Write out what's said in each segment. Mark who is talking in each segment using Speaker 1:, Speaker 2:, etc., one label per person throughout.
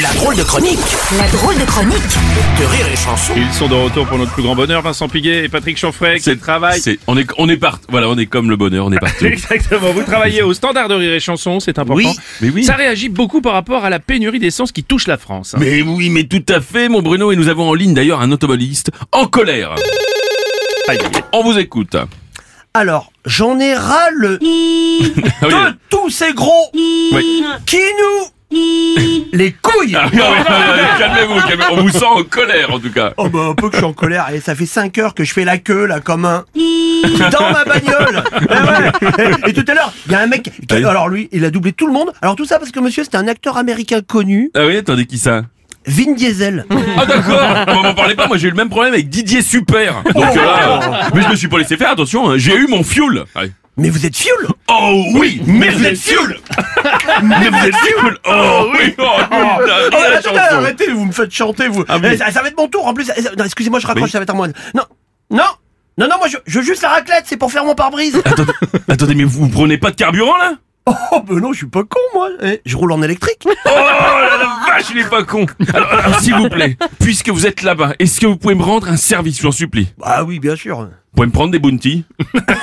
Speaker 1: La drôle de chronique
Speaker 2: La drôle de chronique
Speaker 1: de Rire et Chanson.
Speaker 3: Ils sont de retour pour notre plus grand bonheur, Vincent Piguet et Patrick Chanfray. Quel travail
Speaker 4: c'est- on est, on est part, voilà, on est comme le bonheur, on est partout.
Speaker 3: Exactement, vous travaillez au standard de rire et chanson, c'est important.
Speaker 4: Oui, mais oui.
Speaker 3: Ça réagit beaucoup par rapport à la pénurie d'essence qui touche la France. hein.
Speaker 4: mais oui, mais tout à fait, mon Bruno, et nous avons en ligne d'ailleurs un automobiliste en colère.
Speaker 3: Aïe, aïe, aïe.
Speaker 4: On vous écoute.
Speaker 5: Alors, j'en ai ras le
Speaker 4: Ah oui,
Speaker 5: de tous ces gros
Speaker 4: oui.
Speaker 5: qui nous les couilles.
Speaker 4: Ah oui, ah oui, ah oui, calmez-vous, calmez-vous. On vous sent en colère en tout cas.
Speaker 5: Oh bah un peu que je suis en colère et ça fait 5 heures que je fais la queue là comme un dans ma bagnole. Eh ouais. Et tout à l'heure, il y a un mec qui-
Speaker 4: Oui.
Speaker 5: alors lui, il a doublé tout le monde. Alors tout ça parce que monsieur c'était un acteur américain connu,
Speaker 4: Ah oui, attendez, qui ça
Speaker 5: Vin Diesel.
Speaker 4: Ah d'accord, on m'en parlez pas, moi j'ai eu le même problème avec Didier Super. Donc euh, là, euh, mais je me suis pas laissé faire, attention, hein, j'ai eu mon fuel. Ah oui.
Speaker 5: Mais vous êtes fioul
Speaker 4: Oh oui, mais vous êtes fuel Mais vous êtes fuel Oh oui, oh, la-
Speaker 5: Oh,
Speaker 4: la
Speaker 5: attendez,
Speaker 4: chanson.
Speaker 5: arrêtez, vous me faites chanter, vous.
Speaker 4: Ah oui.
Speaker 5: Eh, ça, ça va être mon tour, en plus. Eh, ça- non, Excusez-moi, je raccroche,
Speaker 4: Oui.
Speaker 5: ça va être à moi. Non, non, non, non, moi, je, je veux juste la raclette, c'est pour faire mon pare-brise.
Speaker 4: Attendez, attendez, mais vous prenez pas de carburant là
Speaker 5: oh, ben non, je suis pas con, moi. Eh, je roule en électrique.
Speaker 4: Oh la, la vache, il est pas con Alors, alors, s'il vous plaît, puisque vous êtes là-bas, est-ce que vous pouvez me rendre un service, je vous en supplie
Speaker 5: Ah oui, bien sûr.
Speaker 4: Vous pouvez me prendre des bounties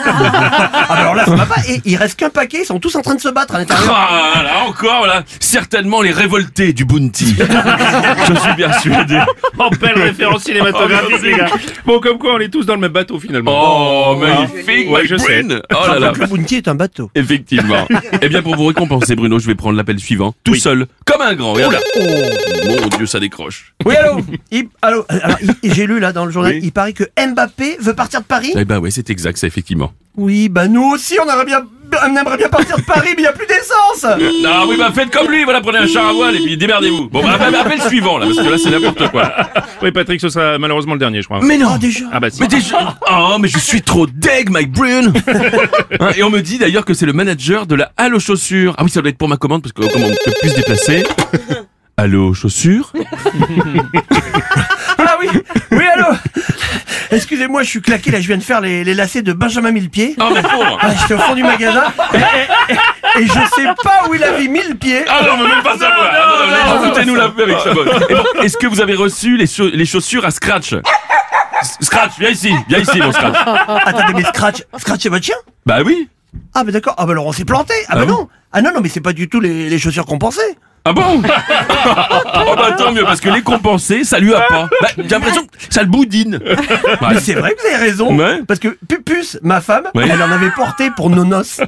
Speaker 5: Ah, bah alors là, ça va pas. Et, il reste qu'un paquet, ils sont tous en train de se battre à l'intérieur.
Speaker 4: Ah là, encore là Certainement les révoltés du bounty Je suis persuadé
Speaker 3: Oh, belle référence cinématographique, les gars. Bon, comme quoi, on est tous dans le même bateau finalement.
Speaker 4: Oh, magnifique,
Speaker 3: Ouais,
Speaker 4: my
Speaker 3: je sais.
Speaker 4: brain. Oh là là
Speaker 5: Le Bounty est un bateau.
Speaker 4: Effectivement. Eh bien, pour vous récompenser, Bruno, je vais prendre l'appel suivant, tout seul, comme un grand. Regarde là.
Speaker 3: Oh,
Speaker 4: Oh, Mon Dieu, ça décroche.
Speaker 5: Oui, allô Il- allô Euh, alors, il- J'ai lu là dans le journal,
Speaker 4: Oui.
Speaker 5: il paraît que Mbappé veut partir de Paris
Speaker 4: Eh ben ouais, c'est exact, ça, effectivement.
Speaker 5: Oui, bah nous aussi, on aimerait bien, on aimerait bien partir de Paris, mais il n'y a plus d'essence
Speaker 4: Non, oui, bah faites comme lui, voilà, prenez un char à voile et puis démerdez-vous. Bon, bah, appel appel suivant, là, parce que là, c'est n'importe quoi.
Speaker 3: Oui, Patrick, ce sera malheureusement le dernier, je crois.
Speaker 4: Mais non
Speaker 5: Oh, déjà
Speaker 3: Ah bah si.
Speaker 4: Mais déjà Oh, mais je suis trop deg, Mike Brune Hein, Et on me dit d'ailleurs que c'est le manager de la Halle aux chaussures. Ah oui, ça doit être pour ma commande, parce que comme on ne peut plus se déplacer... Allô, chaussures
Speaker 5: Ah oui Oui, allô Excusez-moi, je suis claqué là, je viens de faire les, les lacets de Benjamin Millepied.
Speaker 4: Ah, mais pauvre
Speaker 5: Ah, j'étais au fond du magasin et, et- et- et je sais pas où il a mis Millepied.
Speaker 4: Ah non, mais même pas ça
Speaker 5: non, non,
Speaker 4: Foutez-nous la paix avec sa botte Et bon, Est-ce que vous avez reçu les, chau- les chaussures à Scratch S- Scratch, viens ici Viens ici, mon Scratch
Speaker 5: Attendez, mais Scratch, Scratch c'est votre chien
Speaker 4: Bah oui
Speaker 5: Ah bah d'accord, ah bah alors on s'est planté Ah bah
Speaker 4: Ah oui
Speaker 5: non Ah non, non, mais c'est pas du tout les, les chaussures qu'on pensait
Speaker 4: Ah bon Oh bah tant mieux, parce que les compensés, ça lui a pas Bah, J'ai l'impression que ça le boudine Bah,
Speaker 5: Mais c'est vrai que vous avez raison
Speaker 4: Ouais.
Speaker 5: Parce que Pupus, ma femme,
Speaker 4: Ouais.
Speaker 5: elle en avait porté pour nos noces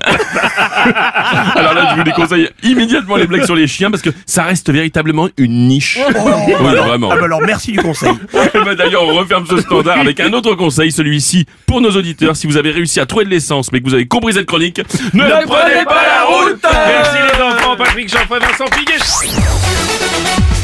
Speaker 4: Alors là, je vous déconseille immédiatement les blagues sur les chiens parce que ça reste véritablement une niche. Oui, vraiment.
Speaker 5: Ah bah alors merci du conseil
Speaker 4: Eh ben, D'ailleurs, on referme ce standard avec un autre conseil, celui-ci pour nos auditeurs. Si vous avez réussi à trouver de l'essence mais que vous avez compris cette chronique, ne, prenez pas la route
Speaker 3: Merci les enfants, Patrick Chanfray, Vincent Piguet.